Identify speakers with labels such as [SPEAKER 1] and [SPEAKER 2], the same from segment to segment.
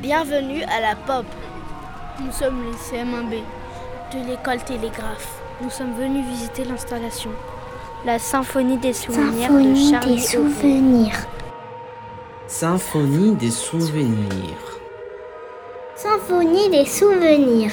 [SPEAKER 1] Bienvenue à la POP. Nous sommes les CM1B de l'école Télégraphe. Nous sommes venus visiter l'installation. La symphonie des souvenirs de Charlie
[SPEAKER 2] des souvenirs.
[SPEAKER 3] Symphonie des souvenirs.
[SPEAKER 2] Symphonie des souvenirs.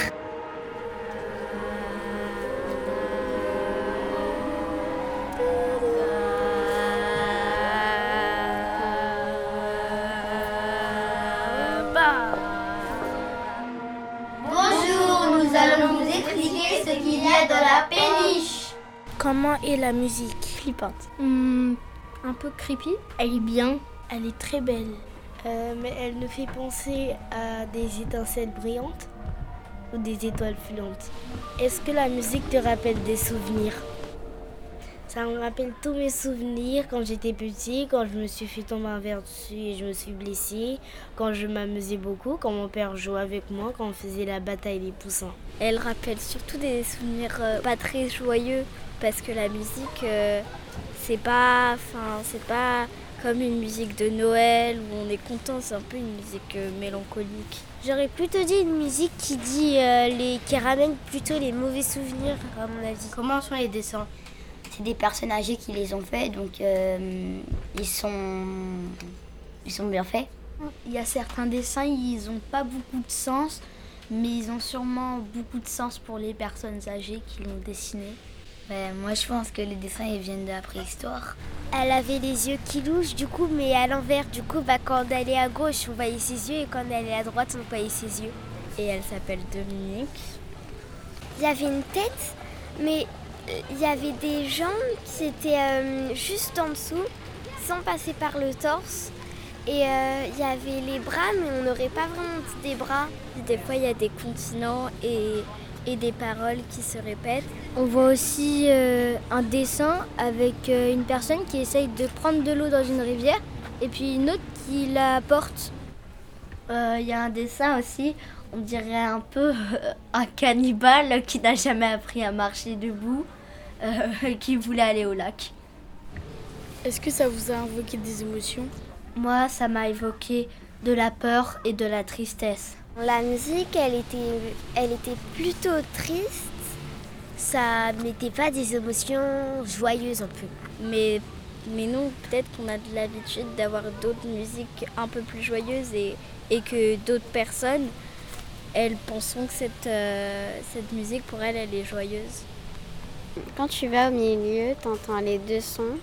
[SPEAKER 4] Bonjour, nous allons vous expliquer ce qu'il y a dans la péniche.
[SPEAKER 1] Comment est la musique Flippante. un peu creepy. Elle est bien. Elle est très belle. Euh, mais elle nous fait penser à des étincelles brillantes ou des étoiles filantes. Est-ce que la musique te rappelle des souvenirs Ça me rappelle tous mes souvenirs quand j'étais petit, quand je me suis fait tomber un verre dessus et je me suis blessée, quand je m'amusais beaucoup, quand mon père jouait avec moi, quand on faisait la bataille des poussins.
[SPEAKER 5] Elle rappelle surtout des souvenirs euh, pas très joyeux parce que la musique euh, c'est pas enfin c'est pas comme une musique de Noël où on est content, c'est un peu une musique euh, mélancolique.
[SPEAKER 6] J'aurais plutôt dit une musique qui dit euh, les qui ramène plutôt les mauvais souvenirs à mon avis.
[SPEAKER 1] Comment sont les dessins
[SPEAKER 4] C'est des personnes âgées qui les ont faits, donc euh, ils sont ils sont bien faits.
[SPEAKER 7] Il y a certains dessins, ils n'ont pas beaucoup de sens, mais ils ont sûrement beaucoup de sens pour les personnes âgées qui l'ont dessiné.
[SPEAKER 4] Ben, moi, je pense que les dessins ils viennent de la préhistoire.
[SPEAKER 6] Elle avait les yeux qui louchent du coup mais à l'envers du coup bah quand elle est à gauche on voyait ses yeux et quand elle est à droite on voyait ses yeux.
[SPEAKER 5] Et elle s'appelle Dominique.
[SPEAKER 2] Il y avait une tête, mais euh, il y avait des jambes qui étaient euh, juste en dessous, sans passer par le torse. Et euh, il y avait les bras, mais on n'aurait pas vraiment dit des bras.
[SPEAKER 5] Des fois il y a des continents et, et des paroles qui se répètent.
[SPEAKER 6] On voit aussi
[SPEAKER 1] euh,
[SPEAKER 6] un dessin avec une personne qui essaye de prendre de l'eau dans une rivière et puis une autre qui la porte.
[SPEAKER 7] Il
[SPEAKER 1] Euh,
[SPEAKER 7] y a un dessin aussi, on dirait un peu euh, un cannibale qui n'a jamais appris à marcher debout, euh, qui voulait aller au lac.
[SPEAKER 1] Est-ce que ça vous a invoqué des émotions
[SPEAKER 7] Moi, ça m'a évoqué de la peur et de la tristesse.
[SPEAKER 2] La musique, elle était, elle était plutôt triste. Ça n'était pas des émotions joyeuses un peu.
[SPEAKER 5] Mais, mais non, peut-être qu'on a de l'habitude d'avoir d'autres musiques un peu plus joyeuses et, et que d'autres personnes, elles penseront que cette, euh, cette musique, pour elles, elle est joyeuse.
[SPEAKER 8] Quand tu vas au milieu, t'entends les deux sons.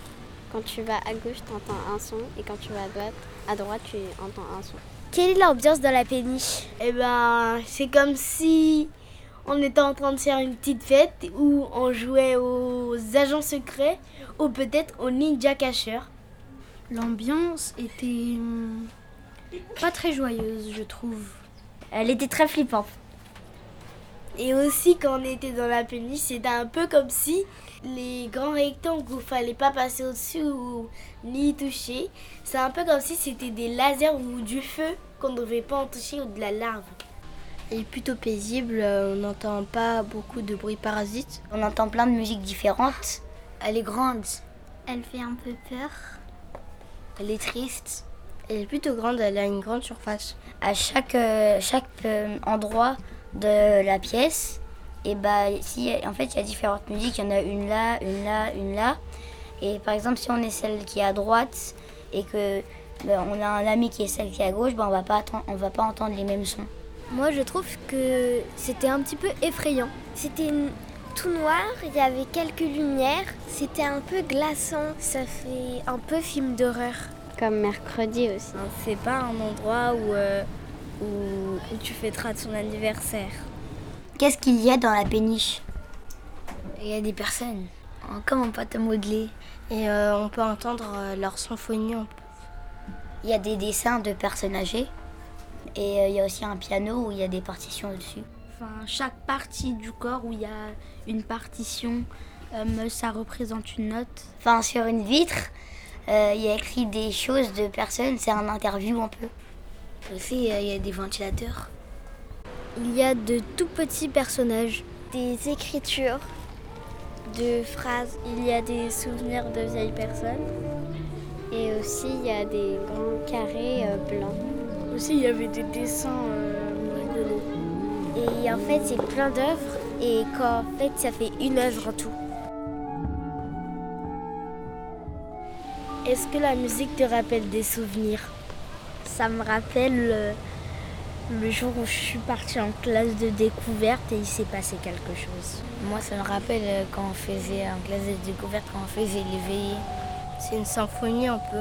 [SPEAKER 8] Quand tu vas à gauche, t'entends un son. Et quand tu vas à droite, à droite, tu entends un son.
[SPEAKER 6] Quelle est l'ambiance dans la péniche
[SPEAKER 1] Eh ben, c'est comme si on était en train de faire une petite fête où on jouait aux agents secrets ou peut-être aux ninja cacheurs.
[SPEAKER 7] L'ambiance était
[SPEAKER 1] hum,
[SPEAKER 7] pas très joyeuse, je trouve.
[SPEAKER 6] Elle était très flippante.
[SPEAKER 1] Et aussi quand on était dans la péniche, c'était un peu comme si les grands rectangles où fallait pas passer au-dessus ou ni y toucher, c'est un peu comme si c'était des lasers ou du feu qu'on ne devait pas en toucher ou de la larve.
[SPEAKER 9] Il est plutôt paisible, euh, on n'entend pas beaucoup de bruit parasite.
[SPEAKER 4] On entend plein de musiques différentes. Elle est grande,
[SPEAKER 8] Elle fait un peu peur.
[SPEAKER 4] elle est triste.
[SPEAKER 9] Elle est plutôt grande, elle a une grande surface.
[SPEAKER 4] À chaque, euh, chaque euh, endroit de la pièce, et bah si en fait il y a différentes musiques, il y en a une là, une là, une là. Et par exemple si on est celle qui est à droite et que bah, on a un ami qui est celle qui est à gauche, bah, on va pas atten- on va pas entendre les mêmes sons.
[SPEAKER 6] Moi je trouve que c'était un petit peu effrayant.
[SPEAKER 2] C'était n- tout noir, il y avait quelques lumières. C'était un peu glaçant. Ça fait un peu film d'horreur.
[SPEAKER 8] Comme mercredi aussi.
[SPEAKER 5] Hein, C'est pas un endroit où, euh, où, où tu fêteras ton anniversaire.
[SPEAKER 4] Qu'est-ce qu'il y a dans la péniche
[SPEAKER 9] Il y a des personnes.
[SPEAKER 4] Encore mon pâte à modeler.
[SPEAKER 9] Et euh, on peut entendre euh, leur symphonie. on peut-
[SPEAKER 4] Il y a des dessins de personnes âgées. Et euh, il y a aussi un piano où il y a des partitions au-dessus.
[SPEAKER 7] Enfin, chaque partie du corps où il y a une partition, euh, ça représente une note.
[SPEAKER 4] Enfin, sur une vitre, euh, il y a écrit des choses de personnes. C'est un interview un peu. Aussi, euh, il y a des ventilateurs.
[SPEAKER 6] Il y a de tout petits personnages.
[SPEAKER 2] Des écritures,
[SPEAKER 5] de phrases. Il y a des souvenirs de vieilles personnes.
[SPEAKER 8] Et aussi, il y a des grands carrés euh, blancs.
[SPEAKER 1] Aussi, il y avait des dessins euh, rigolos.
[SPEAKER 2] Et en fait, c'est plein d'œuvres et qu'en fait, ça fait une œuvre en tout.
[SPEAKER 1] Est-ce que la musique te rappelle des souvenirs
[SPEAKER 5] Ça me rappelle euh, le jour où je suis partie en classe de découverte et il s'est passé quelque chose.
[SPEAKER 4] Moi, ça me rappelle euh, quand on faisait en classe de découverte, quand on faisait l'éveillé.
[SPEAKER 6] C'est une symphonie un peu.